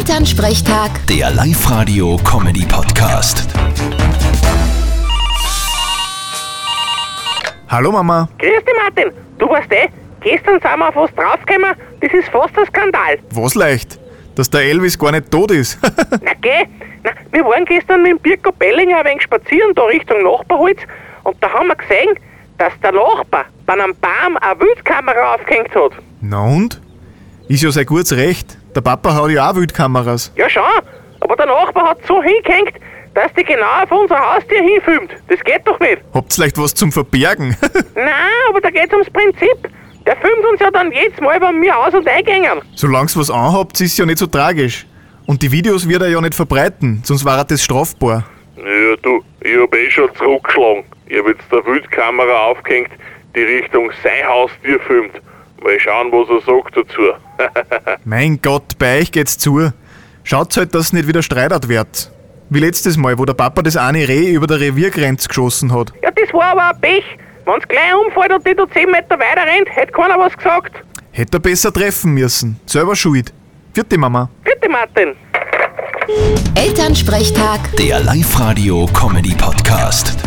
Elternsprechtag, Der Live-Radio-Comedy-Podcast. Hallo Mama, Grüß dich, Martin. Du weißt eh, gestern sind wir auf was draufgekommen, das ist fast ein Skandal. was leicht, dass der Elvis gar nicht tot ist. Na geh, na, wir waren gestern mit dem Birko Bellinger ein wenig spazieren, da Richtung Nachbarholz, und da haben wir gesehen, dass der Nachbar bei einem Baum eine Wildkamera aufgehängt hat. Na und? Ist ja sein gutes Recht. Der Papa hat ja auch Wildkameras. Ja schon, aber der Nachbar hat so hingehängt, dass die genau auf unser Haustier hinfilmt. Das geht doch nicht. Habt's vielleicht was zum Verbergen? Na, aber da geht's ums Prinzip. Der filmt uns ja dann jedes Mal bei mir aus- und eingängen. Solang's was anhabt, ist ja nicht so tragisch. Und die Videos wird er ja nicht verbreiten, sonst war er das strafbar. Naja, du, ich hab eh schon zurückgeschlagen. Ich hab jetzt der Wildkamera aufgehängt, die Richtung sein Haustier filmt. Mal schauen, was er sagt dazu. Mein Gott, bei euch geht's zu. Schaut's halt, dass nicht wieder streitert wird. Wie letztes Mal, wo der Papa das eine Reh über der Reviergrenze geschossen hat. Ja, das war aber ein Pech. Wenn's gleich umfällt und die da 10 Meter weiter rennt, hätte keiner was gesagt. Hätte er besser treffen müssen. Selber schuld. Vierte Mama. Bitte, Martin. Elternsprechtag. Der Live-Radio-Comedy-Podcast.